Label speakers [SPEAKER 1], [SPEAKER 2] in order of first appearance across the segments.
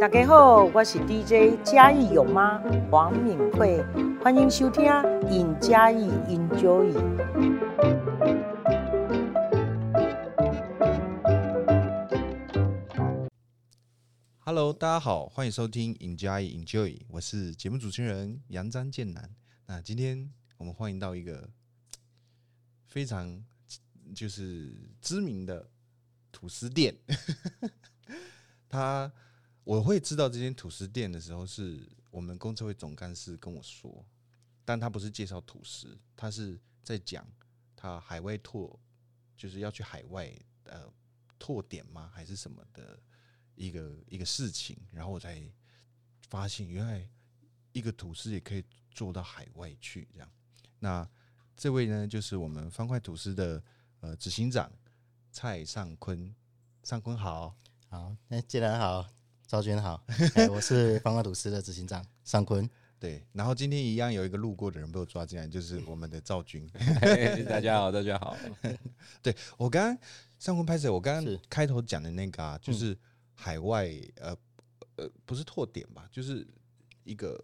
[SPEAKER 1] 大家好，我是 DJ 嘉义有妈黄敏慧，欢迎收听《尹嘉义 Enjoy》。
[SPEAKER 2] Hello，大家好，欢迎收听 Enjoy Enjoy，我是节目主持人杨张建南。那今天我们欢迎到一个非常就是知名的吐司店， 他我会知道这间吐司店的时候，是我们公车会总干事跟我说，但他不是介绍吐司，他是在讲他海外拓，就是要去海外呃拓点吗，还是什么的一个一个事情，然后我才发现原来一个吐司也可以做到海外去这样。那这位呢，就是我们方块吐司的呃执行长蔡尚坤，尚坤好。
[SPEAKER 3] 好，那既然好，赵 娟好，哎我是方块吐司的执行长尚坤。
[SPEAKER 2] 对，然后今天一样有一个路过的人被我抓进来，就是我们的赵军。
[SPEAKER 4] 嘿大家好，大家好。
[SPEAKER 2] 对我刚刚上空拍摄，我刚刚
[SPEAKER 3] 是
[SPEAKER 2] 开头讲的那个啊，就是海外、呃呃不是拓点吧，就是一个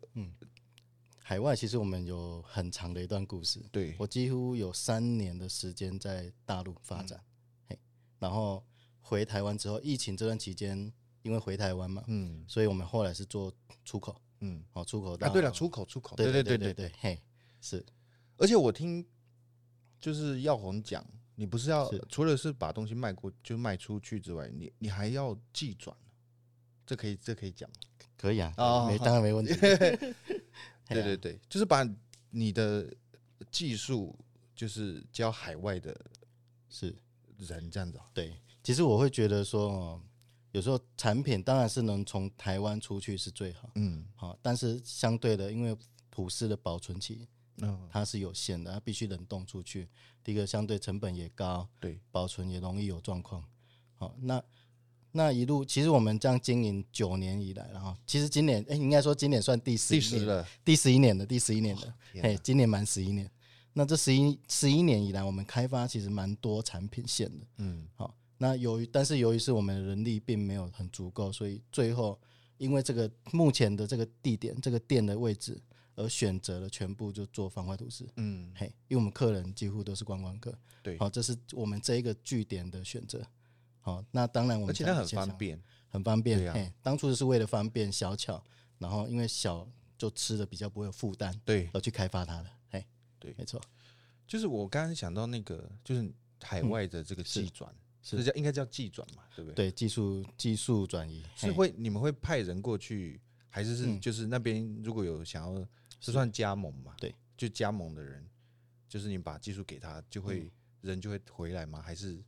[SPEAKER 3] 海外其实我们有很长的一段故事，
[SPEAKER 2] 对
[SPEAKER 3] 我几乎有三年的时间在大陆发展，
[SPEAKER 2] 嗯
[SPEAKER 3] 嘿，然后回台湾之后，疫情这段期间，因为回台湾嘛，
[SPEAKER 2] 嗯
[SPEAKER 3] 所以我们后来是做出口，
[SPEAKER 2] 嗯
[SPEAKER 3] 哦，出口到
[SPEAKER 2] 啊对了，出口出口，
[SPEAKER 3] 对
[SPEAKER 2] 对
[SPEAKER 3] 对
[SPEAKER 2] 对
[SPEAKER 3] 对对，嘿，是
[SPEAKER 2] 而且我听就是耀红讲，你不是要
[SPEAKER 3] 是
[SPEAKER 2] 除了是把东西卖过就卖出去之外，你你还要寄转，这可以这可以讲吗。
[SPEAKER 3] 可以啊，
[SPEAKER 2] 哦
[SPEAKER 3] 没当然没 问题，
[SPEAKER 2] 对对
[SPEAKER 3] 啊
[SPEAKER 2] 对，就是把你的技术就是教海外的
[SPEAKER 3] 是。
[SPEAKER 2] 人这样子啊、
[SPEAKER 3] 对，其实我会觉得说，哦有时候产品当然是能从台湾出去是最好，
[SPEAKER 2] 嗯
[SPEAKER 3] 好、但是相对的，因为吐司的保存期
[SPEAKER 2] 嗯，
[SPEAKER 3] 它是有限的，它必须冷冻出去。第一个相对成本也高，
[SPEAKER 2] 对，
[SPEAKER 3] 保存也容易有状况。好、那那一路其实我们这样经营九年以来了哈，然后其实今年哎、应该说今年算第十
[SPEAKER 2] 第十
[SPEAKER 3] 年
[SPEAKER 2] 了，
[SPEAKER 3] 第十一年的第十一年的，
[SPEAKER 2] 天
[SPEAKER 3] 哎，今年满十一年。那这十一十一年以来，我们开发其实蛮多产品线的。
[SPEAKER 2] 嗯
[SPEAKER 3] 好、那由于但是由于是我们的人力并没有很足够，所以最后因为这个目前的这个地点、这个店的位置，而选择了全部就做方块图示。
[SPEAKER 2] 嗯
[SPEAKER 3] 嘿，因为我们客人几乎都是观光客，
[SPEAKER 2] 对
[SPEAKER 3] 好、这是我们这一个据点的选择。好、那当然我们
[SPEAKER 2] 而且
[SPEAKER 3] 在
[SPEAKER 2] 它很
[SPEAKER 3] 线上
[SPEAKER 2] 方，便，
[SPEAKER 3] 很方便。
[SPEAKER 2] 对啊
[SPEAKER 3] 嘿，当初是为了方便小巧，然后因为小就吃的比较不会有负担，
[SPEAKER 2] 对，
[SPEAKER 3] 而去开发它的。嘿，
[SPEAKER 2] 对
[SPEAKER 3] 没错，
[SPEAKER 2] 就是我刚刚想到那个，就是海外的这个寄转，
[SPEAKER 3] 是
[SPEAKER 2] 这叫应该叫寄转嘛，对不对？
[SPEAKER 3] 对技术技术转移
[SPEAKER 2] 是
[SPEAKER 3] 嘿
[SPEAKER 2] 会你们会派人过去，还是是
[SPEAKER 3] 嗯
[SPEAKER 2] 就是那边如果有想要是算加盟嘛？
[SPEAKER 3] 对，
[SPEAKER 2] 就加盟的人，就是你把技术给他，就会人就会回来吗？还是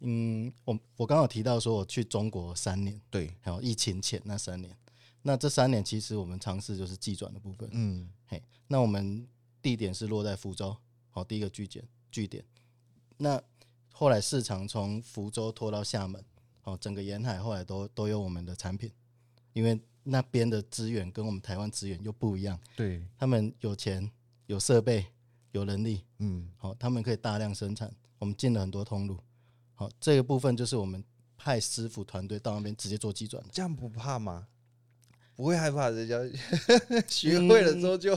[SPEAKER 3] 嗯，我我刚好提到说我去中国三年，
[SPEAKER 2] 对，
[SPEAKER 3] 还有疫情前那三年，那这三年其实我们尝试就是寄转的部分。
[SPEAKER 2] 嗯
[SPEAKER 3] 嘿，那我们地点是落在福州，好，第一个据点据点。那后来市场从福州拖到厦门，哦，整个沿海后来都都有我们的产品，因为那边的资源跟我们台湾资源又不一样，
[SPEAKER 2] 对，
[SPEAKER 3] 他们有钱、有设备、有能力，
[SPEAKER 2] 嗯
[SPEAKER 3] 好、他们可以大量生产，我们进了很多通路，好、这个部分就是我们派师傅团队到那边直接做机转的，
[SPEAKER 2] 这样不怕吗？不会害怕人家 学会了之后就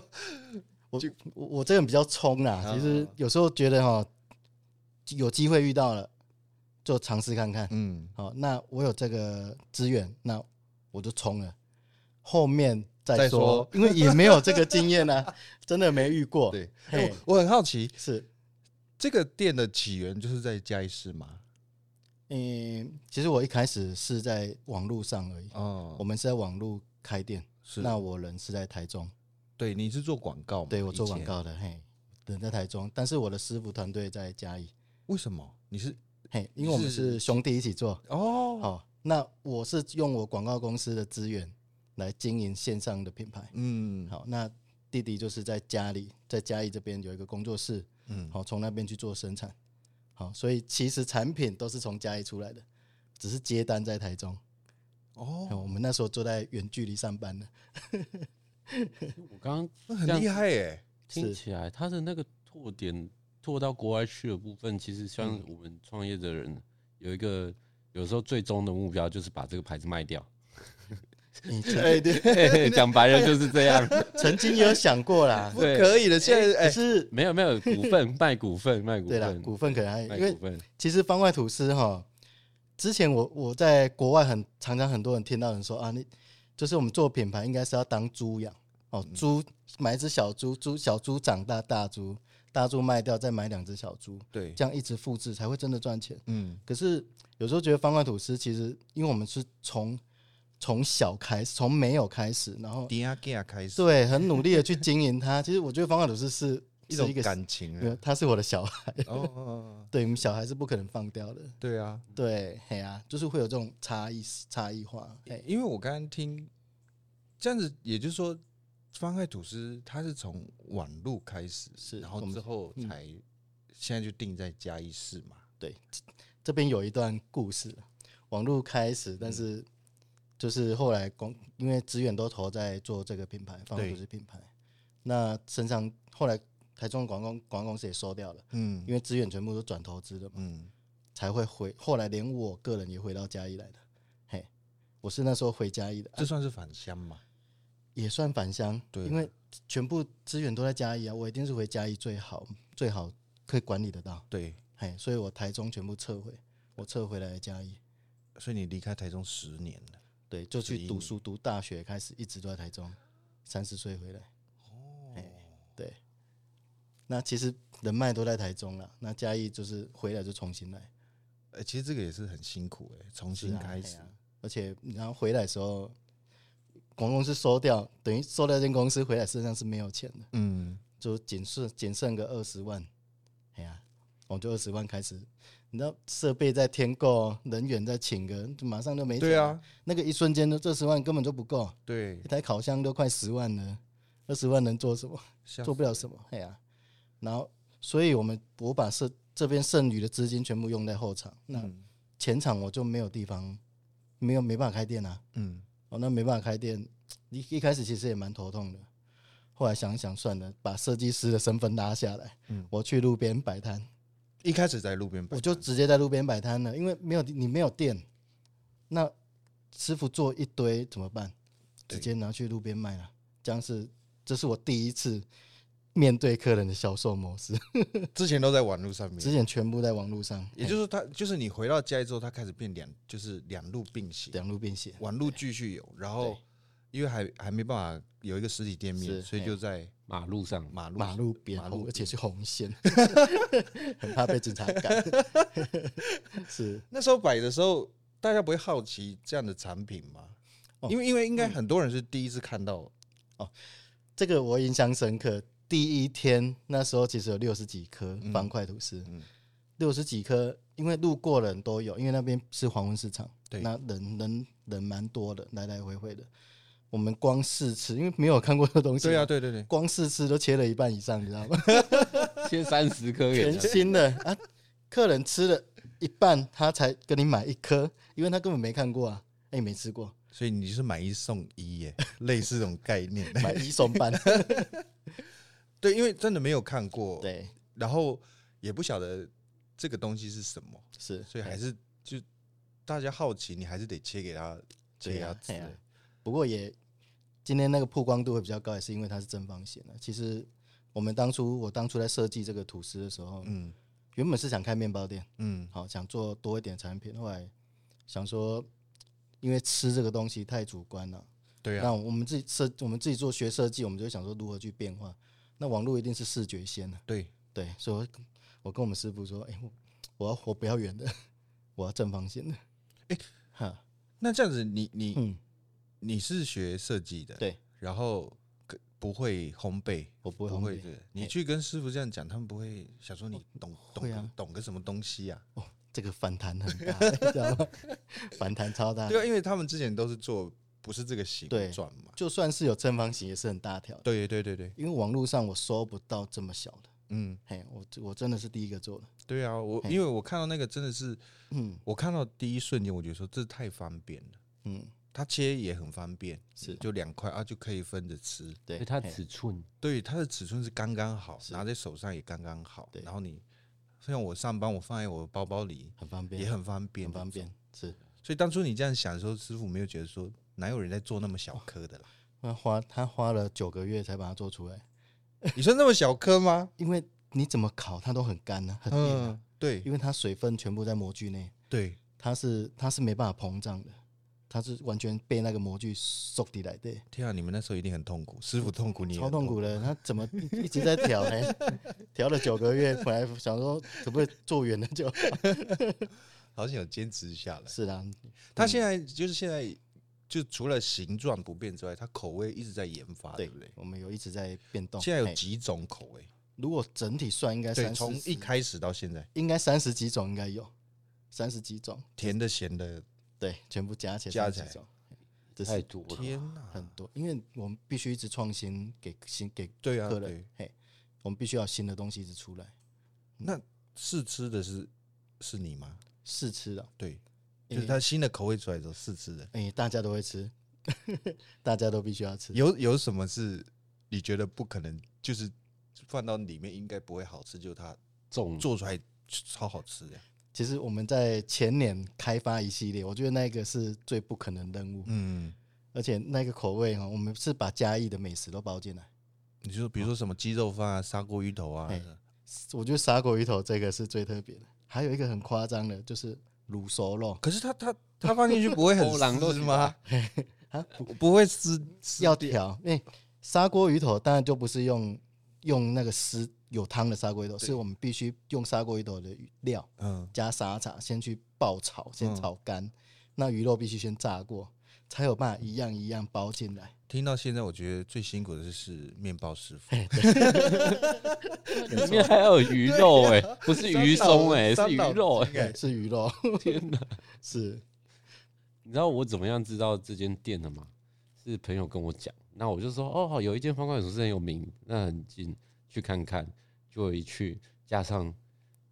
[SPEAKER 3] 我我这个人比较冲啦，
[SPEAKER 2] 啊
[SPEAKER 3] 其实有时候觉得哈、有机会遇到了就尝试看看，
[SPEAKER 2] 嗯
[SPEAKER 3] 好、那我有这个资源，那我就冲了，后面
[SPEAKER 2] 再
[SPEAKER 3] 再
[SPEAKER 2] 说
[SPEAKER 3] 说，因为也没有这个经验啊，真的没遇过，
[SPEAKER 2] 对。哎
[SPEAKER 3] 嘿，
[SPEAKER 2] 我我很好奇，
[SPEAKER 3] 是。
[SPEAKER 2] 这个店的起源就是在嘉义市吗？
[SPEAKER 3] 嗯，其实我一开始是在网络上而已，
[SPEAKER 2] 哦
[SPEAKER 3] 我们是在网络开店，
[SPEAKER 2] 是
[SPEAKER 3] 那我人是在台中，
[SPEAKER 2] 对，你是做广告吗？
[SPEAKER 3] 对我做
[SPEAKER 2] 以前
[SPEAKER 3] 广，告的，嘿，人在台中，但是我的师傅团队在嘉义，
[SPEAKER 2] 为什么？你是
[SPEAKER 3] 嘿，因为我们
[SPEAKER 2] 是
[SPEAKER 3] 是兄弟一起做，
[SPEAKER 2] 哦，
[SPEAKER 3] 好，那我是用我广告公司的资源来经营线上的品牌，
[SPEAKER 2] 嗯，
[SPEAKER 3] 好，那弟弟就是在家里，在嘉义这边有一个工作室，
[SPEAKER 2] 嗯，
[SPEAKER 3] 好，从那边去做生产，好，所以其实产品都是从嘉义出来的，只是接单在台中，
[SPEAKER 2] 哦，
[SPEAKER 3] 我们那时候坐在远距离上 班的，
[SPEAKER 4] 我刚刚
[SPEAKER 2] 那
[SPEAKER 4] 这
[SPEAKER 2] 很
[SPEAKER 4] 样
[SPEAKER 2] 厉害耶，
[SPEAKER 4] 听起来，他的那个拓点拓到国外去的部分，其实像
[SPEAKER 2] 嗯
[SPEAKER 4] 我们创 业的人有一个，有时候最终的目标就是把这个牌子卖掉。
[SPEAKER 3] 你曾
[SPEAKER 2] 哎，对，
[SPEAKER 4] 嘿嘿讲白了就是这样，
[SPEAKER 3] 曾经也有想过啦，
[SPEAKER 2] 不
[SPEAKER 4] 对
[SPEAKER 2] 可以的，现在
[SPEAKER 3] 可
[SPEAKER 2] 哎，
[SPEAKER 3] 是
[SPEAKER 4] 没有没有股份卖股份卖股
[SPEAKER 3] 对啦，
[SPEAKER 4] 份
[SPEAKER 3] 股份可能还
[SPEAKER 4] 卖
[SPEAKER 3] 因为
[SPEAKER 4] 股份，
[SPEAKER 3] 其实番外吐司哈，之前我我在国外很常常很多人听到人说啊，你就是我们做品牌应该是要当猪养哦，
[SPEAKER 4] 嗯
[SPEAKER 3] 猪买一只小猪，猪小猪长大大猪，大猪卖掉再买两只小猪，
[SPEAKER 2] 对，
[SPEAKER 3] 这样一直复制才会真的赚钱。
[SPEAKER 2] 嗯，
[SPEAKER 3] 可是有时候觉得番外吐司其实，因为我们是从从小开始，从没有开始，然后
[SPEAKER 2] 迪亚盖亚开始
[SPEAKER 3] 对很努力的去经营它。其实我觉得番外吐司 是
[SPEAKER 2] 一
[SPEAKER 3] 是
[SPEAKER 2] 种
[SPEAKER 3] 一个，
[SPEAKER 2] 感情
[SPEAKER 3] 没有
[SPEAKER 2] 啊，
[SPEAKER 3] 他是我的小孩，
[SPEAKER 2] 哦哦，哦哦
[SPEAKER 3] 对我们小孩是不可能放掉的。
[SPEAKER 2] 对啊，
[SPEAKER 3] 对，嘿啊，就是会有这种差异差异化。嘿，
[SPEAKER 2] 因为我刚刚听这样子，也就是说，方块吐司它是从网路开始，
[SPEAKER 3] 是
[SPEAKER 2] 然
[SPEAKER 3] 我
[SPEAKER 2] 后
[SPEAKER 3] 们
[SPEAKER 2] 之后
[SPEAKER 3] 嗯
[SPEAKER 2] 才现在就定在嘉义市嘛，
[SPEAKER 3] 这边有一段故事，网络开始，
[SPEAKER 2] 嗯
[SPEAKER 3] 但是就是后来公因为资源都投在做这个品牌，方
[SPEAKER 2] 对
[SPEAKER 3] 组织品牌，那身上后来台中广告广告公司也收掉了，
[SPEAKER 2] 嗯
[SPEAKER 3] 因为资源全部都转投资了嘛，
[SPEAKER 2] 嗯，
[SPEAKER 3] 才会回。后来连我个人也回到嘉义来的，嘿，我是那时候回嘉义的，
[SPEAKER 2] 这算是返乡嘛？
[SPEAKER 3] 也算返乡，
[SPEAKER 2] 对
[SPEAKER 3] 因为全部资源都在嘉义啊，我一定是回嘉义最好最好可以管理得到。
[SPEAKER 2] 对，
[SPEAKER 3] 嘿，所以我台中全部撤回，我撤回来嘉义，
[SPEAKER 2] 所以你离开台中十年了，
[SPEAKER 3] 对，
[SPEAKER 2] 11
[SPEAKER 3] 就去读
[SPEAKER 2] 年
[SPEAKER 3] 书，读大学开始一直都在台中，三十岁回来。哦，对，那其实人脉都在台中了，那嘉义就是回来就重新来，
[SPEAKER 2] 呃，其实这个也是很辛苦哎、重
[SPEAKER 3] 是
[SPEAKER 2] 新
[SPEAKER 3] 啊
[SPEAKER 2] 开
[SPEAKER 3] 嘿
[SPEAKER 2] 始，
[SPEAKER 3] 啊而且然后回来的时候，广告公司收掉，等于收掉这间公司回来身上是没有钱的，
[SPEAKER 2] 嗯，
[SPEAKER 3] 就仅剩仅剩个二十万，哎呀、我们就二十万开始，你知道设备在添购，人员在请个，就马上就没钱
[SPEAKER 2] 对
[SPEAKER 3] 了
[SPEAKER 2] 啊，
[SPEAKER 3] 那个一瞬间，就这十万根本就不够，
[SPEAKER 2] 对
[SPEAKER 3] 一，台烤箱都快十万了，二十万能做什么？
[SPEAKER 2] 像
[SPEAKER 3] 做不了什么。哎呀、然后，所以我们我把剩这边剩余的资金全部用在后场，那
[SPEAKER 2] 嗯
[SPEAKER 3] 前场我就没有地方，没有没办法开店啊。
[SPEAKER 2] 嗯，
[SPEAKER 3] 哦，那没办法开店，一一开始其实也蛮头痛的。后来想一想，算了，把设计师的身份拉下来，
[SPEAKER 2] 嗯
[SPEAKER 3] 我去路边摆摊，
[SPEAKER 2] 一开始在路边摆摊，
[SPEAKER 3] 我就直接在路边摆摊了，因为没有你没有店，那师傅做一堆怎么办？
[SPEAKER 2] 对
[SPEAKER 3] 直接拿去路边卖了。这样是这是我第一次面对客人的销售模式，
[SPEAKER 2] 之前都在网路上面，
[SPEAKER 3] 之前全部在网络上，
[SPEAKER 2] 也就是说他就是你回到家之后，他开始变两，就是两路并行
[SPEAKER 3] 嘿，两路便携。
[SPEAKER 2] 网路继续有，然后
[SPEAKER 3] 对
[SPEAKER 2] 因为还还没办法有一个实体店面，
[SPEAKER 3] 是
[SPEAKER 2] 所以就在
[SPEAKER 4] 马路上
[SPEAKER 2] 马路
[SPEAKER 3] 马路边
[SPEAKER 2] 马，
[SPEAKER 3] 红
[SPEAKER 2] 路
[SPEAKER 3] 而且是 红线，很怕被警察赶。 是
[SPEAKER 2] 那时候摆的时候，大家不会好奇这样的产品吗？
[SPEAKER 3] 哦
[SPEAKER 2] 因为因为应该很多人是第一次看到，
[SPEAKER 3] 这个我印象深刻。第一天那时候其实有六十几颗方块吐司，
[SPEAKER 2] 嗯
[SPEAKER 3] 六十几颗，因为路过人都有，因为那边是黄昏市场，
[SPEAKER 2] 对
[SPEAKER 3] 那人人人蛮多的，来来回回的。我们光试吃，因为没有看过这东西，
[SPEAKER 2] 对啊，，对对对，
[SPEAKER 3] 光试吃都切了一半以上，你知道吗？
[SPEAKER 4] 切三十颗给
[SPEAKER 3] 全
[SPEAKER 4] 他，
[SPEAKER 3] 新的啊，客人吃了一半，他才跟你买一颗，因为他根本没看过啊，哎、没吃过，
[SPEAKER 2] 所以你是买一送一 耶，类似这种概念。
[SPEAKER 3] 买一送半，
[SPEAKER 2] 对，因为真的没有看过，
[SPEAKER 3] 对，
[SPEAKER 2] 然后也不晓得这个东西是什么，
[SPEAKER 3] 是，
[SPEAKER 2] 所以还是就大家好奇，你还是得切给他切
[SPEAKER 3] 对
[SPEAKER 2] 给
[SPEAKER 3] 呀、
[SPEAKER 2] 他
[SPEAKER 3] 对
[SPEAKER 2] 吃
[SPEAKER 3] 呀。不过也今天那个曝光度会比较高，也是因为它是正方形的。其实我们当初我当初在设计这个吐司的时候，
[SPEAKER 2] 嗯
[SPEAKER 3] 原本是想开面包店，
[SPEAKER 2] 嗯，
[SPEAKER 3] 好想做多一点产品，后来想说，因为吃这个东西太主观了，
[SPEAKER 2] 对
[SPEAKER 3] 那
[SPEAKER 2] 啊，
[SPEAKER 3] 我们自己设我们自己做学设计，我们就会想说如何去变化。那网络一定是视觉先的，
[SPEAKER 2] 对，
[SPEAKER 3] 对，所以我跟我跟我们师傅说，哎、我我要我不要圆的，我要正方形的，
[SPEAKER 2] 哎
[SPEAKER 3] 哈，
[SPEAKER 2] 那这样子你，你你
[SPEAKER 3] 嗯，
[SPEAKER 2] 是学设计的，
[SPEAKER 3] 对，
[SPEAKER 2] 然后可不会烘焙，
[SPEAKER 3] 我不会
[SPEAKER 2] 不
[SPEAKER 3] 烘
[SPEAKER 2] 会
[SPEAKER 3] 焙。
[SPEAKER 2] 的。你
[SPEAKER 3] 嘿
[SPEAKER 2] 去跟师傅这样讲，他们不会想说你懂懂
[SPEAKER 3] 会
[SPEAKER 2] 个
[SPEAKER 3] 啊
[SPEAKER 2] 懂个什么东西啊？
[SPEAKER 3] 哦，这个反弹很大， 你知道吗？反弹超大。
[SPEAKER 2] 对啊，因为他们之前都是做不是这个形
[SPEAKER 3] 对
[SPEAKER 2] 状嘛。
[SPEAKER 3] 就算是有正方形，也是很大条的。
[SPEAKER 2] 对对对对，
[SPEAKER 3] 因为网络上我搜不到这么小的，
[SPEAKER 2] 嗯，
[SPEAKER 3] 嘿，我我真的是第一个做的。
[SPEAKER 2] 对啊，我
[SPEAKER 3] 嘿
[SPEAKER 2] 因为我看到那个真的是，
[SPEAKER 3] 嗯
[SPEAKER 2] 我看到第一瞬间，我觉得说这太方便了，
[SPEAKER 3] 嗯，
[SPEAKER 2] 它切也很方便，
[SPEAKER 3] 是
[SPEAKER 2] 就两块啊就可以分着吃。
[SPEAKER 3] 对，
[SPEAKER 4] 所以它
[SPEAKER 3] 嘿
[SPEAKER 4] 哎尺寸
[SPEAKER 2] 对，它的尺寸是刚刚好，
[SPEAKER 3] 是
[SPEAKER 2] 拿在手上也刚刚好。
[SPEAKER 3] 对
[SPEAKER 2] 然后你像我上班，我放在我的包包里
[SPEAKER 3] 很方便，
[SPEAKER 2] 也很方便，
[SPEAKER 3] 很方便。，是
[SPEAKER 2] 所以当初你这样想的时候，师傅没有觉得说，哪有人在做那么小
[SPEAKER 3] 哦
[SPEAKER 2] 颗的啦？
[SPEAKER 3] 那花他花了九个月才把它做出来，
[SPEAKER 2] 你说那么小颗吗？
[SPEAKER 3] 因为你怎么烤它都很干呢、 很硬、啊
[SPEAKER 2] 嗯，对
[SPEAKER 3] 因为它水分全部在模具内，
[SPEAKER 2] 对，
[SPEAKER 3] 它是它是没办法膨胀的，它是完全被那个模具收底来的，
[SPEAKER 2] 天啊，你们那时候一定很痛苦，师傅痛苦，你也
[SPEAKER 3] 超
[SPEAKER 2] 很
[SPEAKER 3] 痛苦的。它怎么一直在调呢？ 调了九个月，本来想说可不可以做圆了就，
[SPEAKER 2] 好像有坚持下来。
[SPEAKER 3] 是啊啦，
[SPEAKER 2] 他现在就是现在，就除了形状不变之外，它口味一直在研发，啊对
[SPEAKER 3] 对
[SPEAKER 2] 不对？
[SPEAKER 3] 我们有一直在变动。
[SPEAKER 2] 现在有
[SPEAKER 3] 嘿
[SPEAKER 2] 几种口味？
[SPEAKER 3] 如果整体算应该
[SPEAKER 2] 对，
[SPEAKER 3] 三
[SPEAKER 2] 从
[SPEAKER 3] 十
[SPEAKER 2] 一开始到现在，
[SPEAKER 3] 应该三十几种应该有，三十几种，
[SPEAKER 2] 甜的、咸的，
[SPEAKER 3] 对，全部加起来
[SPEAKER 2] 加
[SPEAKER 3] 30
[SPEAKER 2] 起来
[SPEAKER 3] 几种，这
[SPEAKER 4] 太
[SPEAKER 3] 是
[SPEAKER 4] 多了。
[SPEAKER 2] 天哪、
[SPEAKER 3] 很多，因为我们必须一直创新给新给
[SPEAKER 2] 对啊，
[SPEAKER 3] 客
[SPEAKER 2] 对
[SPEAKER 3] 人，，嘿，我们必须要新的东西一直出来
[SPEAKER 2] 那试吃的是是你吗？
[SPEAKER 3] 试吃的，
[SPEAKER 2] 对，
[SPEAKER 3] 诶
[SPEAKER 2] 就是它新的口味出来的时候试吃的，
[SPEAKER 3] 哎、大家都会吃， 大家都必须要吃。
[SPEAKER 2] 有有什么是你觉得不可能，就是放到里面应该不会好吃，就它
[SPEAKER 4] 重
[SPEAKER 2] 做出来超好吃的。
[SPEAKER 3] 其实我们在前年开发一系列，我觉得那个是最不可能任务，
[SPEAKER 2] 嗯，
[SPEAKER 3] 而且那个口味哈，我们是把嘉义的美食都包进来。
[SPEAKER 2] 你就比如说什么鸡肉饭啊、砂锅鱼头啊，
[SPEAKER 3] 哎我觉得砂锅鱼头这个是最特别的，还有一个很夸张的，就是卤熟肉
[SPEAKER 2] 可是它它它放哦进去不会 很
[SPEAKER 4] 欧郎都
[SPEAKER 2] 湿
[SPEAKER 4] 是
[SPEAKER 2] 吗？
[SPEAKER 3] 啊，
[SPEAKER 2] 不会湿，湿
[SPEAKER 3] 要
[SPEAKER 2] 掉
[SPEAKER 3] 调。哎、砂锅鱼头当然就不是用用那个丝有汤的砂锅鱼头，是我们必须用砂锅鱼头的鱼料
[SPEAKER 2] 嗯，
[SPEAKER 3] 加沙茶，先去爆炒，先
[SPEAKER 2] 嗯
[SPEAKER 3] 炒干。那鱼肉必须先炸过，才有办法一样一样包进来。
[SPEAKER 2] 听到现在，我觉得最辛苦的是面包师傅，
[SPEAKER 4] 里 面还有鱼肉哎、不是鱼松哎、
[SPEAKER 2] 三
[SPEAKER 4] 是鱼
[SPEAKER 2] 道
[SPEAKER 4] 肉哎、
[SPEAKER 2] 对
[SPEAKER 3] 是鱼肉，
[SPEAKER 4] 天哪！
[SPEAKER 3] 是
[SPEAKER 4] 你知道我怎么样知道这间店的吗？是朋友跟我讲，那我就说哦，好，有一间方块寿司很有名，那很近，去看看。就一去，加上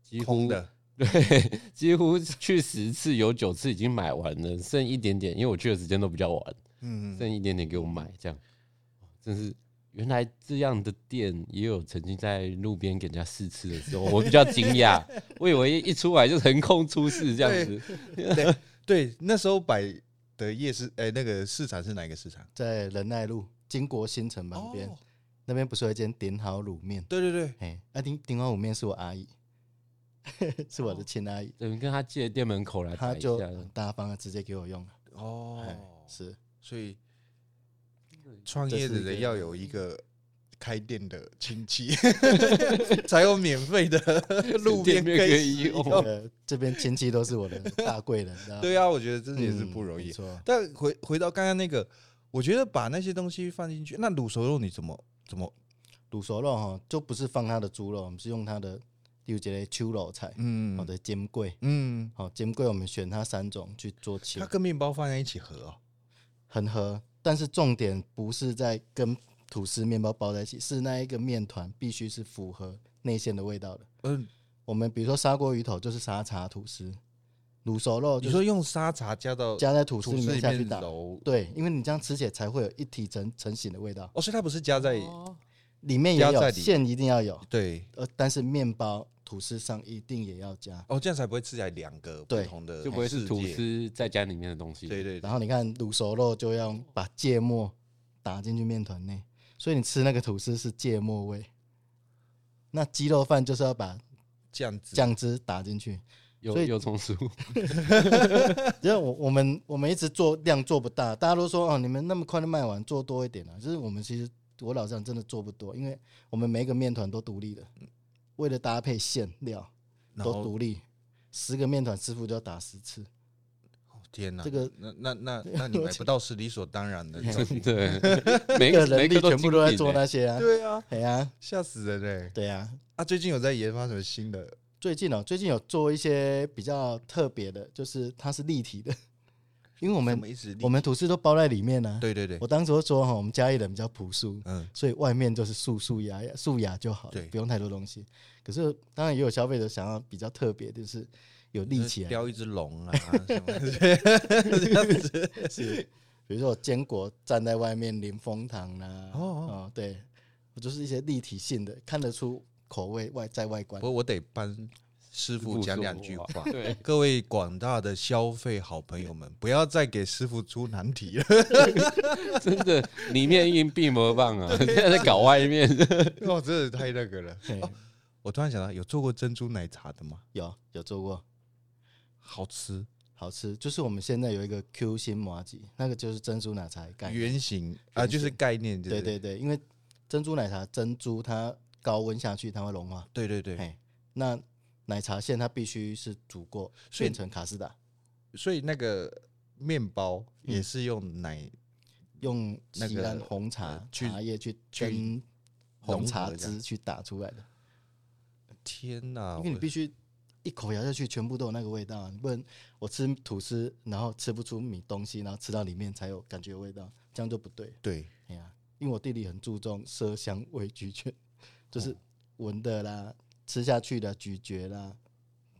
[SPEAKER 4] 几
[SPEAKER 2] 空
[SPEAKER 4] 乎
[SPEAKER 2] 的，
[SPEAKER 4] 对，几乎去十次有九次已经买完了，剩一点点，因为我去的时间都比较晚，
[SPEAKER 2] 嗯，
[SPEAKER 4] 剩一点点给我买，这样，哦真是原来这样的店也有曾经在路边给人家试吃的时候，我比较惊讶，我以为一出来就横空出世这样子，
[SPEAKER 2] 对对，那时候摆的夜市，哎、那个市场是哪一个市场？
[SPEAKER 3] 在仁爱路经国新城旁边，
[SPEAKER 2] 哦
[SPEAKER 3] 那边不是有一间顶好卤面？
[SPEAKER 2] 对对对，
[SPEAKER 3] 哎，那顶顶好卤面是我阿姨， 是我的亲阿姨，
[SPEAKER 4] 等于跟他借店门口来
[SPEAKER 3] 她
[SPEAKER 4] 摆哦一下
[SPEAKER 3] 就，很大方的直接给我用了。哎
[SPEAKER 2] 哦，
[SPEAKER 3] 是
[SPEAKER 2] 所以创
[SPEAKER 3] 这
[SPEAKER 2] 业
[SPEAKER 3] 是
[SPEAKER 2] 的
[SPEAKER 3] 一
[SPEAKER 2] 人
[SPEAKER 3] 个
[SPEAKER 2] 要有一个开店的亲戚，才有免费的路边
[SPEAKER 4] 店面可
[SPEAKER 2] 以
[SPEAKER 4] 以
[SPEAKER 2] 使用
[SPEAKER 4] 用
[SPEAKER 3] 呃，这边亲戚都是我的大贵人，
[SPEAKER 2] 对
[SPEAKER 3] 啊，
[SPEAKER 2] 啊，我觉得这也是不容
[SPEAKER 3] 嗯
[SPEAKER 2] 易
[SPEAKER 3] 没。错，
[SPEAKER 2] 但回回到刚刚那个，我觉得把那些东西放进去，那卤熟肉你怎么怎么？
[SPEAKER 3] 卤熟肉哈，就不是放它的猪肉，我们是用它的，例如一个秋肉菜，
[SPEAKER 2] 嗯
[SPEAKER 3] 好的煎桂，
[SPEAKER 2] 嗯，
[SPEAKER 3] 好煎桂，我们选它三种去做起
[SPEAKER 2] 它，跟面包放在一起合哦。
[SPEAKER 3] 很合。但是重点不是在跟吐司面包包在一起，是那一个面团必须是符合内馅的味道的。
[SPEAKER 2] 嗯，
[SPEAKER 3] 我们比如说砂锅鱼头就是沙茶吐司，卤熟肉
[SPEAKER 2] 你
[SPEAKER 3] 就是
[SPEAKER 2] 说用沙茶加到
[SPEAKER 3] 加在吐司
[SPEAKER 2] 吐
[SPEAKER 3] 里
[SPEAKER 2] 司
[SPEAKER 3] 面
[SPEAKER 2] 里
[SPEAKER 3] 下去
[SPEAKER 2] 面
[SPEAKER 3] 打，
[SPEAKER 2] 揉，
[SPEAKER 3] 对，因为你这样吃起来才会有一体成成型的味道。
[SPEAKER 2] 哦，所以它不是加在
[SPEAKER 3] 里面也
[SPEAKER 2] 不要再
[SPEAKER 3] 有
[SPEAKER 2] 理
[SPEAKER 3] 馅，一定要有，
[SPEAKER 2] 对
[SPEAKER 3] 呃，但是面包、吐司上一定也要加。
[SPEAKER 2] 哦，这样才不会吃起来两个不
[SPEAKER 3] 对
[SPEAKER 2] 同的，
[SPEAKER 4] 就不会是吐。司再加里面的东西，
[SPEAKER 2] 对对，对
[SPEAKER 3] 然后你看卤熟肉就要把芥末打进去面团内，所以你吃那个吐司是芥末味。那鸡肉饭就是要把
[SPEAKER 2] 酱汁
[SPEAKER 3] 酱汁打进去，
[SPEAKER 4] 有
[SPEAKER 3] 所以
[SPEAKER 4] 有 松鼠，
[SPEAKER 3] 因为我我们我们一直做量做不大，大家都说哦，你们那么快就卖完，做多一点啊。就是我们其实我老实讲真的做不多，因为我们每一个面团都独立的，为了搭配馅料
[SPEAKER 2] 然
[SPEAKER 3] 都
[SPEAKER 2] 后
[SPEAKER 3] 独立，十个面团师傅就要打十次。
[SPEAKER 2] 哦天哪，
[SPEAKER 3] 这个
[SPEAKER 2] 那那那那你买不到是理所当然 的，
[SPEAKER 4] 真的，每
[SPEAKER 3] 一个
[SPEAKER 4] 每
[SPEAKER 3] 人力
[SPEAKER 4] 都
[SPEAKER 3] 全部都在
[SPEAKER 4] 精品
[SPEAKER 3] 做
[SPEAKER 4] 欸
[SPEAKER 3] 那些啊。
[SPEAKER 2] 对啊，
[SPEAKER 3] 哎呀，
[SPEAKER 2] 吓死人嘞！
[SPEAKER 3] 对呀。
[SPEAKER 2] 啊，最近有在研发什么新的？
[SPEAKER 3] 最近哦，最近有做一些比较特别的，就是它是立体的，因为我
[SPEAKER 2] 我
[SPEAKER 3] 们
[SPEAKER 2] 们一直立
[SPEAKER 3] 我们吐司都包在里面呢、啊。，
[SPEAKER 2] 对对对
[SPEAKER 3] 我，当时就说哈，哦我们嘉义人比较朴素，
[SPEAKER 2] 嗯，
[SPEAKER 3] 所以外面就是素素雅雅素雅就好了
[SPEAKER 2] 对，
[SPEAKER 3] 不用太多东西。可是当然也有消费者想要比较特别，就是有立起来，
[SPEAKER 2] 雕一只龙 啊，什么的这样子。
[SPEAKER 3] 是比如说有坚果站在外面淋风糖啦、啊，
[SPEAKER 2] 哦
[SPEAKER 3] 哦
[SPEAKER 2] 哦
[SPEAKER 3] 对，
[SPEAKER 2] 哦
[SPEAKER 3] 就是一些立体性的，看得出口味外在外观。
[SPEAKER 2] 不过我得帮师
[SPEAKER 4] 师
[SPEAKER 2] 傅
[SPEAKER 4] 傅
[SPEAKER 2] 讲
[SPEAKER 4] 说
[SPEAKER 2] 两句
[SPEAKER 4] 话
[SPEAKER 2] 话。
[SPEAKER 4] 对，
[SPEAKER 2] 各位广大的消费好朋友们，不要再给师傅出难题了。
[SPEAKER 4] 真的里面硬币魔棒 啊，现在在搞外面。
[SPEAKER 2] 哦，真的太那个了。
[SPEAKER 3] 嘿
[SPEAKER 2] 我突然想到，有做过珍珠奶茶的吗？
[SPEAKER 3] 有有做过，
[SPEAKER 2] 好吃，
[SPEAKER 3] 好吃。就是我们现在有一个 Q 心麻吉，那个就是珍珠奶茶的概念。
[SPEAKER 2] 圆形啊，就是概念，就
[SPEAKER 3] 对
[SPEAKER 2] 是
[SPEAKER 3] 对对，因为珍珠奶茶珍珠它高温下去它会融化，
[SPEAKER 2] 对对对。
[SPEAKER 3] 嘿，那奶茶馅它必须是煮过
[SPEAKER 2] 所以
[SPEAKER 3] 变成卡斯达，
[SPEAKER 2] 所以那个面包
[SPEAKER 3] 嗯
[SPEAKER 2] 也是用奶
[SPEAKER 3] 用
[SPEAKER 2] 那
[SPEAKER 3] 西
[SPEAKER 2] 个
[SPEAKER 3] 兰红茶
[SPEAKER 2] 呃去
[SPEAKER 3] 茶叶去
[SPEAKER 2] 去
[SPEAKER 3] 跟红
[SPEAKER 2] 融
[SPEAKER 3] 茶
[SPEAKER 2] 合这样
[SPEAKER 3] 汁去打出来的，
[SPEAKER 2] 天啊哪、
[SPEAKER 3] 因为你
[SPEAKER 2] 我
[SPEAKER 3] 必须一口咬下去全部都有那个味道啊，你不能我吃吐司然后吃不出米东西，然后吃到里面才有感觉有味道，这样就不对。
[SPEAKER 2] 对
[SPEAKER 3] 哎呀，因为我弟弟很注重色香味俱全，
[SPEAKER 2] 哦
[SPEAKER 3] 就是闻的啦、吃下去的、咀嚼啦，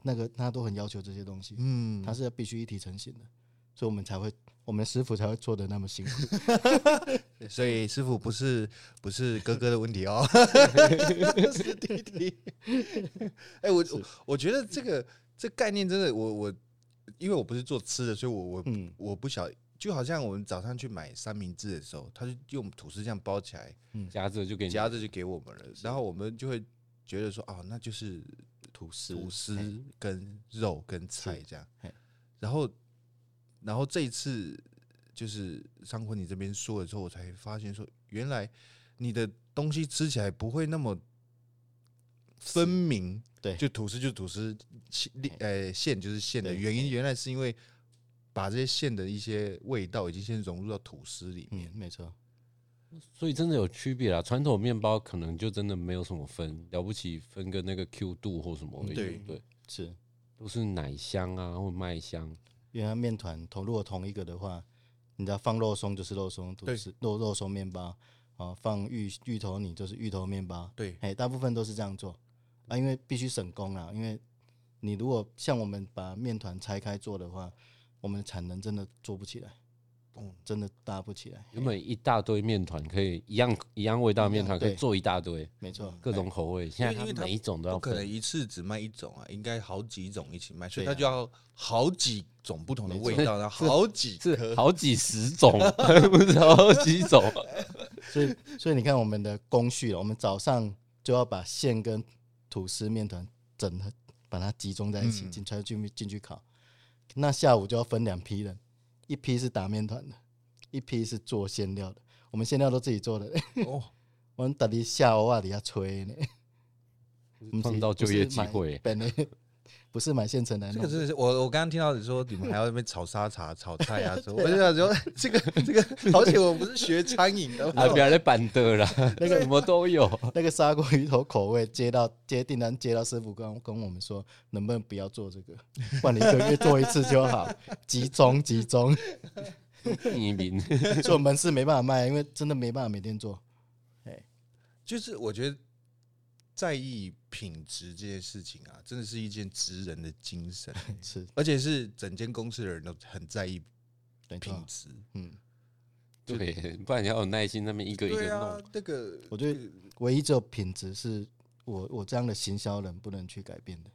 [SPEAKER 3] 那个他都很要求这些东西，
[SPEAKER 2] 嗯，
[SPEAKER 3] 他是必须一体成型的，所以我们才会，我们师傅才会做的那么辛苦。
[SPEAKER 2] 所以师傅不是不是哥哥的问题 哦， 是弟弟。哎、我我我觉得这个这概念真的，我我因为我不是做吃的，所以我我、
[SPEAKER 3] 嗯
[SPEAKER 2] 我不晓，就好像我们早上去买三明治的时候，他就用吐司这样包起来，
[SPEAKER 4] 夹着就
[SPEAKER 3] 嗯
[SPEAKER 4] 给你
[SPEAKER 2] 夹着就给我们了，然后我们就会觉得说，哦，那就是
[SPEAKER 3] 吐司
[SPEAKER 2] 吐
[SPEAKER 3] 嘿
[SPEAKER 2] 司跟肉跟菜
[SPEAKER 3] 是
[SPEAKER 2] 这样
[SPEAKER 3] 嘿。
[SPEAKER 2] 然后，然后这一次就是张坤你这边说了之后，我才发现说，原来你的东西吃起来不会那么分明。
[SPEAKER 3] 对
[SPEAKER 2] 就吐司就吐司，馅呃馅就是馅的
[SPEAKER 3] 对
[SPEAKER 2] 原因，原来是因为把这些馅的一些味道已经先融入到吐司里面
[SPEAKER 3] 嗯，。没错，
[SPEAKER 4] 所以真的有区别啦。传统面包可能就真的没有什么分，了不起分个那个 Q 度或什么而已，
[SPEAKER 2] 嗯对
[SPEAKER 4] 对不对，
[SPEAKER 3] 是
[SPEAKER 4] 都是奶香啊或麦香，
[SPEAKER 3] 因为它面团同如果同一个的话，你知道放肉松就是肉松吐
[SPEAKER 2] 对
[SPEAKER 3] 司肉肉松面包啊，放芋芋头泥就是芋头面包，
[SPEAKER 2] 对，
[SPEAKER 3] 哎，大部分都是这样做啊，因为必须省工啦。因为你如果像我们把面团拆开做的话，我们的产能真的做不起来，
[SPEAKER 2] 嗯
[SPEAKER 3] 真的搭不起来。
[SPEAKER 4] 原本一大堆面团可以一样一样味道
[SPEAKER 2] 嗯
[SPEAKER 4] 的面团可以
[SPEAKER 3] 对
[SPEAKER 4] 做一大堆，
[SPEAKER 3] 没错，
[SPEAKER 4] 各种口味。现在
[SPEAKER 2] 因为它
[SPEAKER 4] 它每一种
[SPEAKER 2] 不
[SPEAKER 4] 都要
[SPEAKER 2] 可能
[SPEAKER 4] 分，
[SPEAKER 2] 一次只卖一种啊，应该好几种一起卖，所以
[SPEAKER 3] 对
[SPEAKER 2] 它
[SPEAKER 3] 啊
[SPEAKER 2] 就要好几种不同的味道，然后
[SPEAKER 4] 是
[SPEAKER 2] 好几
[SPEAKER 4] 是好几十种， 不是好几种。
[SPEAKER 3] 所以所以你看我们的工序了，我们早上就要把馅跟吐司面团整合，把它集中在一起，
[SPEAKER 2] 嗯
[SPEAKER 3] 进才进去进去烤。那下午就要分两批人，一批是打面团的，一批是做馅料的。我们馅料都自己做的，
[SPEAKER 2] 哦，
[SPEAKER 3] 我们到底下午啊底下吹呢。
[SPEAKER 4] 创造就业机 会，
[SPEAKER 3] 本来不是买现成来
[SPEAKER 2] 这
[SPEAKER 3] 弄
[SPEAKER 2] 个
[SPEAKER 3] 的，
[SPEAKER 2] 真的是我我刚刚听到你说你们还要在那边炒沙茶、炒菜啊 什么，我就想说这个这个，而且我们不是学餐饮的
[SPEAKER 4] 啊，
[SPEAKER 2] 吗，
[SPEAKER 4] 不要再板凳了，那个什么都有。
[SPEAKER 3] 那个砂锅鱼头口味接到接订单接到师傅跟跟我们说，能不能不要做这个， 换你一个月做一次就好，集中集中。
[SPEAKER 4] 移民
[SPEAKER 3] 所以我们是没办法卖，因为真的没办法每天做。
[SPEAKER 2] 就是我觉得在意品质这件事情啊，真的是一件职人的精 神，
[SPEAKER 3] 是，
[SPEAKER 2] 而且是整间公司的人都很在意
[SPEAKER 3] 没错
[SPEAKER 4] 哦
[SPEAKER 2] 品，质。
[SPEAKER 3] 嗯，
[SPEAKER 4] 对，不然你要有耐心，那边一个一个
[SPEAKER 2] 对
[SPEAKER 4] 弄。
[SPEAKER 2] 啊，这个
[SPEAKER 3] 我觉得唯一只有品质是我我这样的行销人不能去改变的。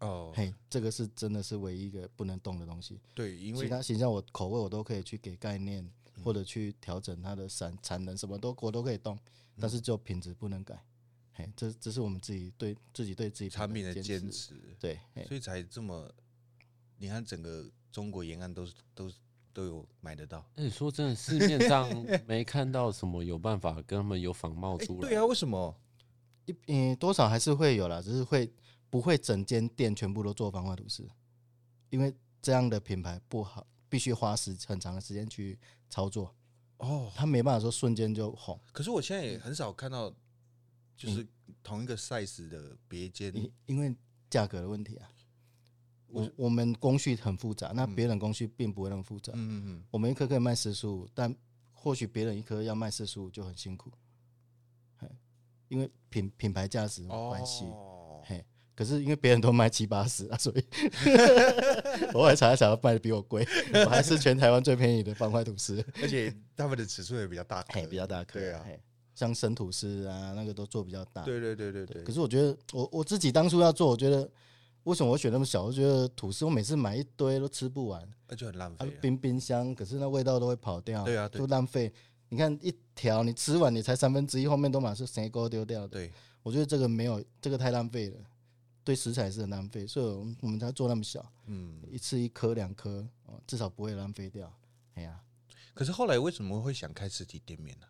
[SPEAKER 2] 哦，
[SPEAKER 3] 嘿，这个是真的是唯一一个不能动的东西。
[SPEAKER 2] 对，因
[SPEAKER 3] 其
[SPEAKER 2] 为嗯
[SPEAKER 3] 他形象我口味我都可以去给概念，或者去调整它的产产能，什么都我都可以动，
[SPEAKER 2] 嗯
[SPEAKER 3] 但是只有品质不能改。嘿，这这是我们自己对自己对自己
[SPEAKER 2] 产品的坚
[SPEAKER 3] 坚，
[SPEAKER 2] 持，
[SPEAKER 3] 对，嘿
[SPEAKER 2] 所以才这么，你看整个中国沿岸都是都是都有买得到。
[SPEAKER 4] 哎、说真的，市面上没看到什么有办法跟他们有仿冒
[SPEAKER 2] 哎、
[SPEAKER 4] 出来。
[SPEAKER 2] 对啊，为什么？
[SPEAKER 3] 一嗯多少还是会有啦，只是会不会整间店全部都做防化吐司，因为这样的品牌不好，必须花时很长的时间去操作，
[SPEAKER 2] 哦，
[SPEAKER 3] 它没办法说瞬间就红。
[SPEAKER 2] 可是我现在也很少看到，
[SPEAKER 3] 嗯
[SPEAKER 2] 就是同一个 size 的别间，
[SPEAKER 3] 因因为价格的问题啊。我我们工序很复杂，那别人工序并不会那么复杂。
[SPEAKER 2] 嗯嗯
[SPEAKER 3] 我们一颗可以卖四十五，但或许别人一颗要卖四十五就很辛苦，嘿因为品品牌价值
[SPEAKER 2] 嗯，
[SPEAKER 3] 的关系。
[SPEAKER 2] 哦，
[SPEAKER 3] 嘿，可是因为别人都卖七八十啊，所 以我后来查一查，卖的比我贵，我还是全台湾最便宜的方块吐 司，
[SPEAKER 2] 而且他们的尺寸也比较大，
[SPEAKER 3] 嘿，比较大颗，
[SPEAKER 2] 对啊，
[SPEAKER 3] 嘿，像生吐司啊那个都做比较大，
[SPEAKER 2] 对对对对对，
[SPEAKER 3] 可是我觉得我我自己当初要做，我觉得为什么我选那么小？我觉得吐司我每次买一堆都吃不完，
[SPEAKER 2] 那就很浪
[SPEAKER 3] 啊
[SPEAKER 2] 费，了。
[SPEAKER 3] 冰冰箱，可是那味道都会跑掉，
[SPEAKER 2] 对啊对
[SPEAKER 3] 就浪费。你看一条，你吃完你才三分之一，后面都满是谁锅丢掉的。
[SPEAKER 2] 对，
[SPEAKER 3] 我觉得这个没有，这个太浪费了，对食材是很浪费，所以我们我们才做那么小，
[SPEAKER 2] 嗯。
[SPEAKER 3] 一次一颗两颗，哦，至少不会浪费掉。哎呀、
[SPEAKER 2] 可是后来为什么会想开实体店面呢、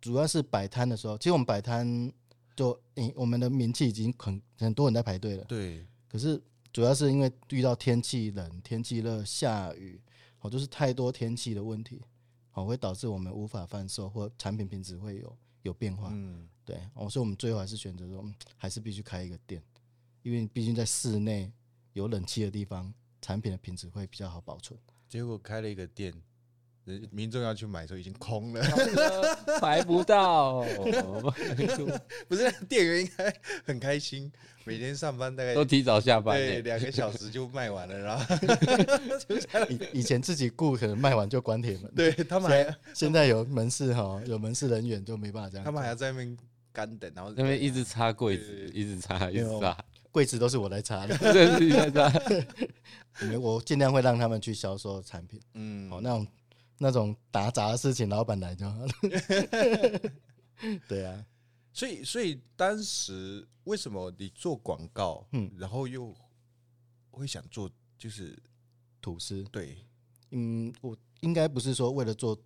[SPEAKER 3] 主要是摆摊的时候，其实我们摆摊就，诶、我们的名气已经很很多人在排队了。
[SPEAKER 2] 对，
[SPEAKER 3] 可是主要是因为遇到天气冷、天气热、下雨，哦，就是太多天气的问题，哦，会导致我们无法贩售或产品品质会有有变化。
[SPEAKER 2] 嗯，
[SPEAKER 3] 对，哦，所以我们最后还是选择说，嗯还是必须开一个店，因为毕竟在室内有冷气的地方，产品的品质会比较好保存。
[SPEAKER 2] 结果开了一个店，人民众要去买的时候已经空了，
[SPEAKER 4] 排不到，
[SPEAKER 2] 不是店员应该很开心，每天上班大概
[SPEAKER 4] 都提早下班
[SPEAKER 2] 对
[SPEAKER 4] 欸。
[SPEAKER 2] 两个小时就卖完了，然 后就下来
[SPEAKER 3] 以以前自己雇可能卖完就关铁门，
[SPEAKER 2] 对他们
[SPEAKER 3] 现
[SPEAKER 2] 还
[SPEAKER 3] 在现在有门市哈，有门市人员就没办法这样。
[SPEAKER 2] 他们还要在那边干等，然后
[SPEAKER 4] 那边一直擦柜
[SPEAKER 2] 对对
[SPEAKER 4] 子，
[SPEAKER 2] 对
[SPEAKER 4] 一直擦，一
[SPEAKER 3] 没
[SPEAKER 4] 直
[SPEAKER 3] 有
[SPEAKER 4] 擦，
[SPEAKER 3] 柜子都是我来查 的，
[SPEAKER 4] 真的是一直在擦。
[SPEAKER 3] 我们我尽量会让他们去销售产品。
[SPEAKER 2] 嗯，
[SPEAKER 3] 哦，那种那种打杂的事情，老板来 就好了。对啊，
[SPEAKER 2] 所以所以当时为什么你做广告，嗯
[SPEAKER 3] 嗯，
[SPEAKER 2] 然后又会想做，就是
[SPEAKER 3] 吐司，
[SPEAKER 2] 对，
[SPEAKER 3] 嗯，我应该不是说为了做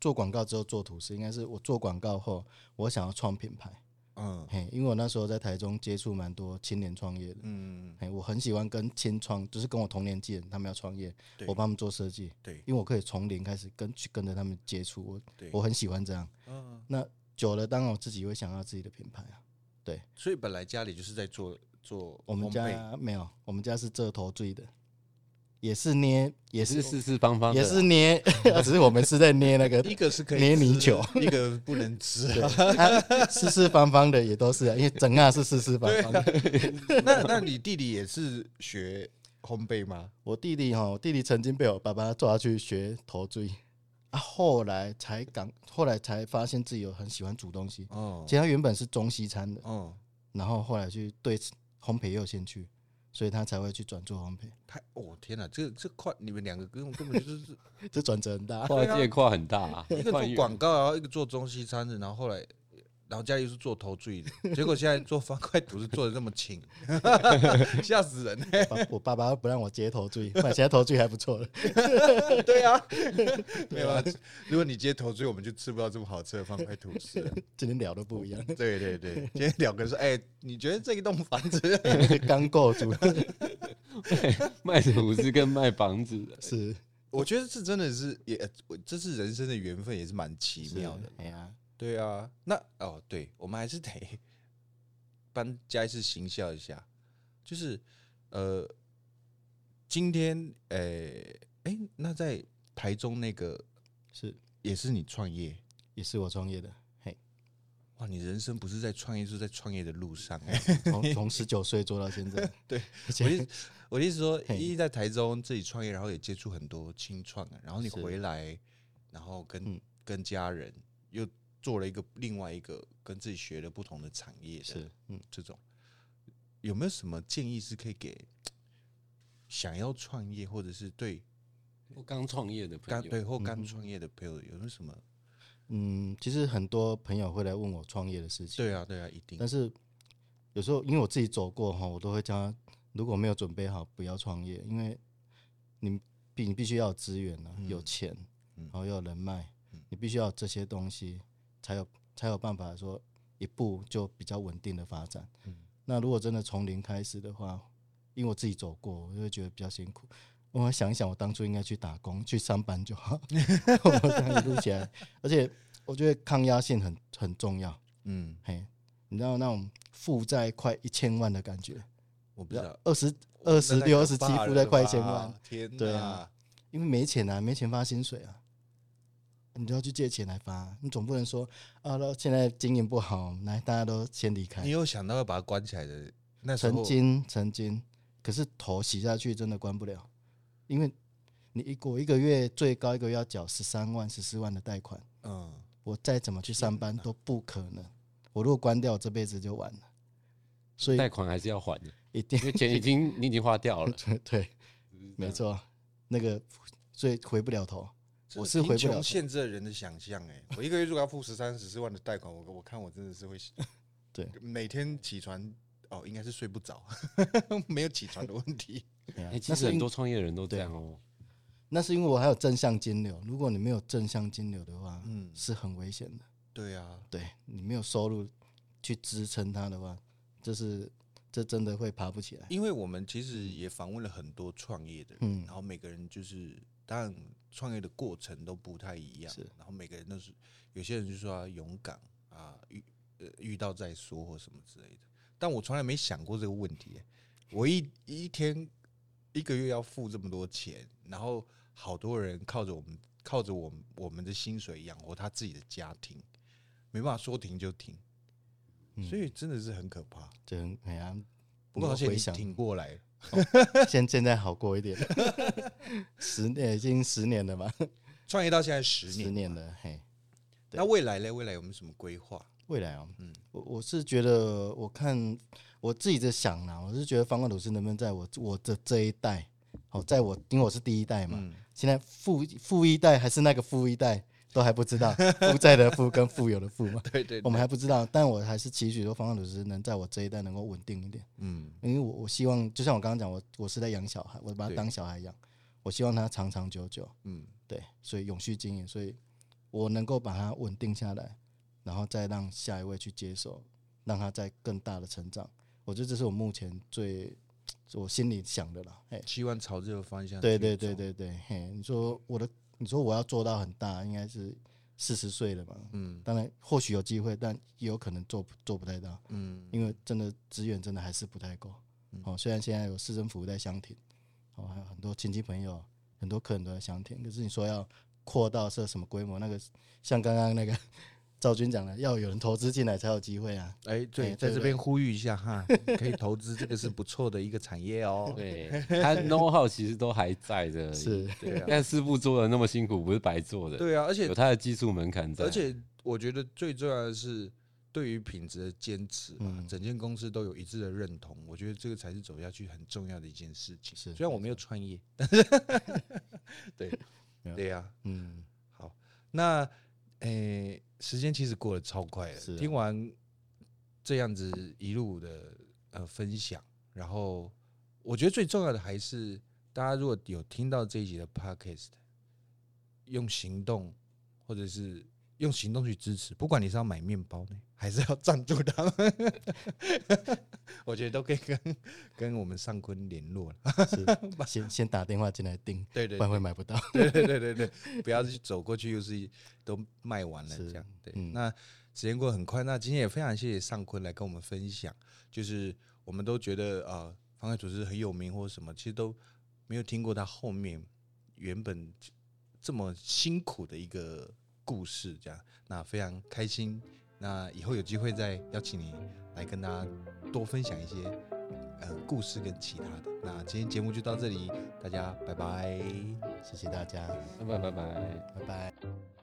[SPEAKER 3] 做广告之后做吐司，应该是我做广告后，我想要创品牌。
[SPEAKER 2] 嗯
[SPEAKER 3] 嘿，因为我那时候在台中接触蛮多青年创业的，
[SPEAKER 2] 嗯，
[SPEAKER 3] 嘿，我很喜欢跟青创，就是跟我同年纪的人，他们要创业
[SPEAKER 2] 对，
[SPEAKER 3] 我帮他们做设计，
[SPEAKER 2] 对，
[SPEAKER 3] 因为我可以从零开始跟去跟着他们接触，我
[SPEAKER 2] 对
[SPEAKER 3] 我很喜欢这样。
[SPEAKER 2] 嗯，
[SPEAKER 3] 那久了，当然我自己会想要自己的品牌啊。
[SPEAKER 2] 所以本来家里就是在做做
[SPEAKER 3] 我们
[SPEAKER 2] 烘焙
[SPEAKER 3] 家没有，我们家是这头最的，也是捏，也
[SPEAKER 4] 也是
[SPEAKER 3] 是
[SPEAKER 4] 四四方方的啊
[SPEAKER 3] 也
[SPEAKER 4] 啦，
[SPEAKER 3] 是捏， 只是我们是在捏那个
[SPEAKER 2] 一个是可以
[SPEAKER 3] 捏泥
[SPEAKER 2] 吃
[SPEAKER 3] 鳅，
[SPEAKER 2] 一个不能吃 啊、
[SPEAKER 3] 对 啊四四方方的也都是啊，因为整个是四四方方的。
[SPEAKER 2] 啊 那那你弟弟也是学烘焙吗？
[SPEAKER 3] 我弟弟哈，我弟弟曾经被我爸爸抓去学头锥啊，后来才敢，后来才发现自己有很喜欢煮东西。
[SPEAKER 2] 哦
[SPEAKER 3] 其，实他原本是中西餐的，
[SPEAKER 2] 哦，
[SPEAKER 3] 然后后来去对烘焙也有兴趣，所以他才会去转做烘焙，
[SPEAKER 2] 太哦天哪，这这快你们两个根本根本就是
[SPEAKER 3] 这转折很大。
[SPEAKER 4] 跨界跨很大 啊，
[SPEAKER 2] 一个
[SPEAKER 4] 跨
[SPEAKER 2] 做
[SPEAKER 4] 越
[SPEAKER 2] 广告，然后一个做中西餐的，然后后来。然后家里又是做头坠 的，结果现在做方块图是做的那么 轻，吓死人、欸！
[SPEAKER 3] 爸我爸爸不让我接头锥，不然现在头锥还不错了。
[SPEAKER 2] 对啊，没有啊。如果你接头坠，我们就吃不到这么好吃的方块吐司 了。
[SPEAKER 3] 今天聊的不一样，
[SPEAKER 2] 对对对，今天两个人说，哎、你觉得这一栋房子
[SPEAKER 3] 刚构筑
[SPEAKER 4] 卖吐司跟卖房子 的，
[SPEAKER 3] 是
[SPEAKER 2] 我觉得这真的是也，呃我这是人生的缘分，也是蛮奇妙的。。
[SPEAKER 3] 哎呀，
[SPEAKER 2] 对啊，那哦，对，我们还是得帮嘉义市行销一下，就是呃，今天呃，哎、那在台中那个
[SPEAKER 3] 是
[SPEAKER 2] 也是你创业
[SPEAKER 3] 也是我创业的。嘿，
[SPEAKER 2] 哇，你人生不是在创业，是在创业的路上、哎。
[SPEAKER 3] 从从十九岁做到现在，
[SPEAKER 2] 对 我的
[SPEAKER 3] 而 且
[SPEAKER 2] 意思我的意思说，
[SPEAKER 3] 嘿
[SPEAKER 2] 一在台中自己创业，然后也接触很多清创啊，然后你
[SPEAKER 3] 是
[SPEAKER 2] 回来，然后跟、
[SPEAKER 3] 嗯
[SPEAKER 2] 跟家人又做了一个另外一个跟自己学了不同的产业的
[SPEAKER 3] 是嗯，
[SPEAKER 2] 这种，有没有什么建议是可以给想要创业或者是对
[SPEAKER 4] 我刚创业的
[SPEAKER 2] 刚
[SPEAKER 4] 朋友，
[SPEAKER 2] 对或刚创业的朋友有没有什么？
[SPEAKER 3] 嗯，其实很多朋友会来问我创业的事情，
[SPEAKER 2] 对啊，对啊，一定
[SPEAKER 3] 但是有时候因为我自己走过哈，我都会教他，如果没有准备好，不要创业，因为你必你必须要有资源啊，有钱，
[SPEAKER 2] 嗯
[SPEAKER 3] 然后要有人脉
[SPEAKER 2] 嗯，
[SPEAKER 3] 你必须要有这些东西，才有才有办法说一步就比较稳定的发展。
[SPEAKER 2] 嗯
[SPEAKER 3] 那如果真的从零开始的话，因为我自己走过，我就会觉得比较辛苦。我想一想，我当初应该去打工，去上班就好。 我这样一路起来，而且我觉得抗压性很很重要。
[SPEAKER 2] 嗯，
[SPEAKER 3] 嘿，你知道那种负债快一千万的感觉，
[SPEAKER 2] 我不知道。
[SPEAKER 3] 二十
[SPEAKER 2] 我
[SPEAKER 3] 二十
[SPEAKER 2] 那太
[SPEAKER 3] 六、
[SPEAKER 2] 可
[SPEAKER 3] 二十七
[SPEAKER 2] 怕
[SPEAKER 3] 负
[SPEAKER 2] 了
[SPEAKER 3] 债快一
[SPEAKER 2] 吧
[SPEAKER 3] 千万，，
[SPEAKER 2] 天
[SPEAKER 3] 对啊
[SPEAKER 2] 哪，
[SPEAKER 3] 因为没钱啊，没钱发薪水啊，你就要去借钱来发，你总不能说啊，那现在经营不好，来大家都先离开
[SPEAKER 2] 你。有想到要把它关起来的？那时
[SPEAKER 3] 曾
[SPEAKER 2] 候
[SPEAKER 3] 经，曾经，可是头洗下去真的关不了，因为你一我一个月最高一个月要缴十三万、十四万的贷款，
[SPEAKER 2] 嗯。
[SPEAKER 3] 我再怎么去上班都不可能。我如果关掉，我这辈子就完了。所以
[SPEAKER 4] 贷款还是要还的，
[SPEAKER 3] 一定
[SPEAKER 4] 因为钱已经你已经花掉了。
[SPEAKER 3] 对对，没错，那个所以回不了头。我是
[SPEAKER 2] 这
[SPEAKER 3] 回不
[SPEAKER 2] 贫穷
[SPEAKER 3] 了头
[SPEAKER 2] 限制了人的想象 哎、我一个月如果要付十三十四万的贷款，我我看我真的是会
[SPEAKER 3] 对
[SPEAKER 2] 每天起床哦，应该是睡不着， 没有起床的问 题。
[SPEAKER 3] 对啊
[SPEAKER 4] 哎，其
[SPEAKER 3] 那
[SPEAKER 4] 实
[SPEAKER 3] 是
[SPEAKER 4] 很
[SPEAKER 3] 因
[SPEAKER 4] 多创业人都这样哦。
[SPEAKER 3] 那是因为我还有正向金流，如果你没有正向金流的话，
[SPEAKER 2] 嗯，
[SPEAKER 3] 是很危险的。
[SPEAKER 2] 对啊，
[SPEAKER 3] 对你没有收入去支撑它的话，这是这真的会爬不起来。
[SPEAKER 2] 因为我们其实也访问了很多创业的人，
[SPEAKER 3] 嗯
[SPEAKER 2] 然后每个人就是，当然创业的过程都不太一样
[SPEAKER 3] 是，
[SPEAKER 2] 然后每个人都是，有些人就说、啊、勇敢啊，遇呃遇到再说或什么之类的，但我从来没想过这个问题欸、我一一天一个月要付这么多钱，然后好多人靠着我们靠着我们我们的薪水养活他自己的家庭，没办法说停就停，
[SPEAKER 3] 嗯
[SPEAKER 2] 所以真的是很可怕。
[SPEAKER 3] 这很哎呀，
[SPEAKER 2] 不过好
[SPEAKER 3] 你
[SPEAKER 2] 险
[SPEAKER 3] 回
[SPEAKER 2] 你
[SPEAKER 3] 想
[SPEAKER 2] 挺过来了。
[SPEAKER 3] 现现在好过一点， 十年已经十年了吧，
[SPEAKER 2] 创业到现在十年，
[SPEAKER 3] 十年了，嘿。对
[SPEAKER 2] 那未来呢？未来有没有什么规划？
[SPEAKER 3] 未来啊，
[SPEAKER 2] 嗯
[SPEAKER 3] 我我是觉得，我看我自己在想啦，我是觉得方冠鲁斯能不能在我我的这一代，好、在我因为我是第一代嘛，
[SPEAKER 2] 嗯，
[SPEAKER 3] 现在富富一代还是那个富一代都还不 知道，负债的富跟富有的富嘛，
[SPEAKER 2] 对对
[SPEAKER 3] 我们还不知道，但我还是期许说方冠鲁斯能在我这一代能够稳定一点，
[SPEAKER 2] 嗯
[SPEAKER 3] 因为我我希望，就像我刚刚讲，我我是在养小孩，我把他
[SPEAKER 2] 对
[SPEAKER 3] 当小孩养，我希望他长长久久，
[SPEAKER 2] 嗯，
[SPEAKER 3] 对，所以永续经营，所以我能够把它稳定下来，然后再让下一位去接手，让他在更大的成长。我觉得这是我目前最我心里想的啦。哎，
[SPEAKER 2] 希望朝这个方向。
[SPEAKER 3] 对对对，对对，嘿，你说我的，你说我要做到很大，应该是四十岁了嘛？
[SPEAKER 2] 嗯
[SPEAKER 3] 当然，或许有机会，但也有可能做不做不太到，
[SPEAKER 2] 嗯
[SPEAKER 3] 因为真的资源真的还是不太够
[SPEAKER 2] 嗯。
[SPEAKER 3] 哦，虽然现在有市政府在相挺，哦，还有很多亲戚朋友、很多客人都在相挺，可是你说要扩到是什么规模？那个像刚刚那个 赵军讲的，要有人投资进来才有机会啊。
[SPEAKER 2] 哎，对，
[SPEAKER 3] 哎
[SPEAKER 2] 在
[SPEAKER 3] 对
[SPEAKER 2] 这边呼吁一下哈，可以投资，这个是不错的一个产业哦。
[SPEAKER 4] 对，他 know how 其实都还在的，
[SPEAKER 3] 是，
[SPEAKER 2] 对 啊，
[SPEAKER 4] 但师傅做的那么辛苦，不是白做的，
[SPEAKER 2] 对啊，而且
[SPEAKER 4] 有他的技术门槛在。
[SPEAKER 2] 而且，我觉得最重要的是对于品质的坚持吧，
[SPEAKER 3] 嗯
[SPEAKER 2] 整间公司都有一致的认同，我觉得这个才是走下去很重要的一件事情。
[SPEAKER 3] 是
[SPEAKER 2] 虽然我没有创业， 但是对
[SPEAKER 3] 没有
[SPEAKER 2] 对呀、啊
[SPEAKER 3] 嗯，
[SPEAKER 2] 好，那诶、时间其实过得超快
[SPEAKER 3] 是
[SPEAKER 2] 的。
[SPEAKER 3] 啊
[SPEAKER 2] 听完这样子一路的呃分享，然后我觉得最重要的还是大家如果有听到这一集的 podcast，用行动或者是用行动去支持，不管你是要买面包呢，还是要赞助他们， 我觉得都可以跟跟我们上坤联络了。
[SPEAKER 3] 是，先先打电话进来订，
[SPEAKER 2] 对
[SPEAKER 3] 不
[SPEAKER 2] 对
[SPEAKER 3] 然会买不到。
[SPEAKER 2] 对对对对对，不要去走过去又是一都卖完了
[SPEAKER 3] 是
[SPEAKER 2] 这样。对，
[SPEAKER 3] 嗯
[SPEAKER 2] 那时间过得很快，那今天也非常谢谢尚坤来跟我们分享，就是我们都觉得啊，方块组织很有名或者什么，其实都没有听过他后面原本这么辛苦的一个故事，这样那非常开心。那以后有机会再邀请你来跟大家多分享一些呃故事跟其他的。那今天节目就到这里，大家拜拜。
[SPEAKER 3] 谢谢大家，
[SPEAKER 4] 拜拜拜拜。
[SPEAKER 3] 拜拜。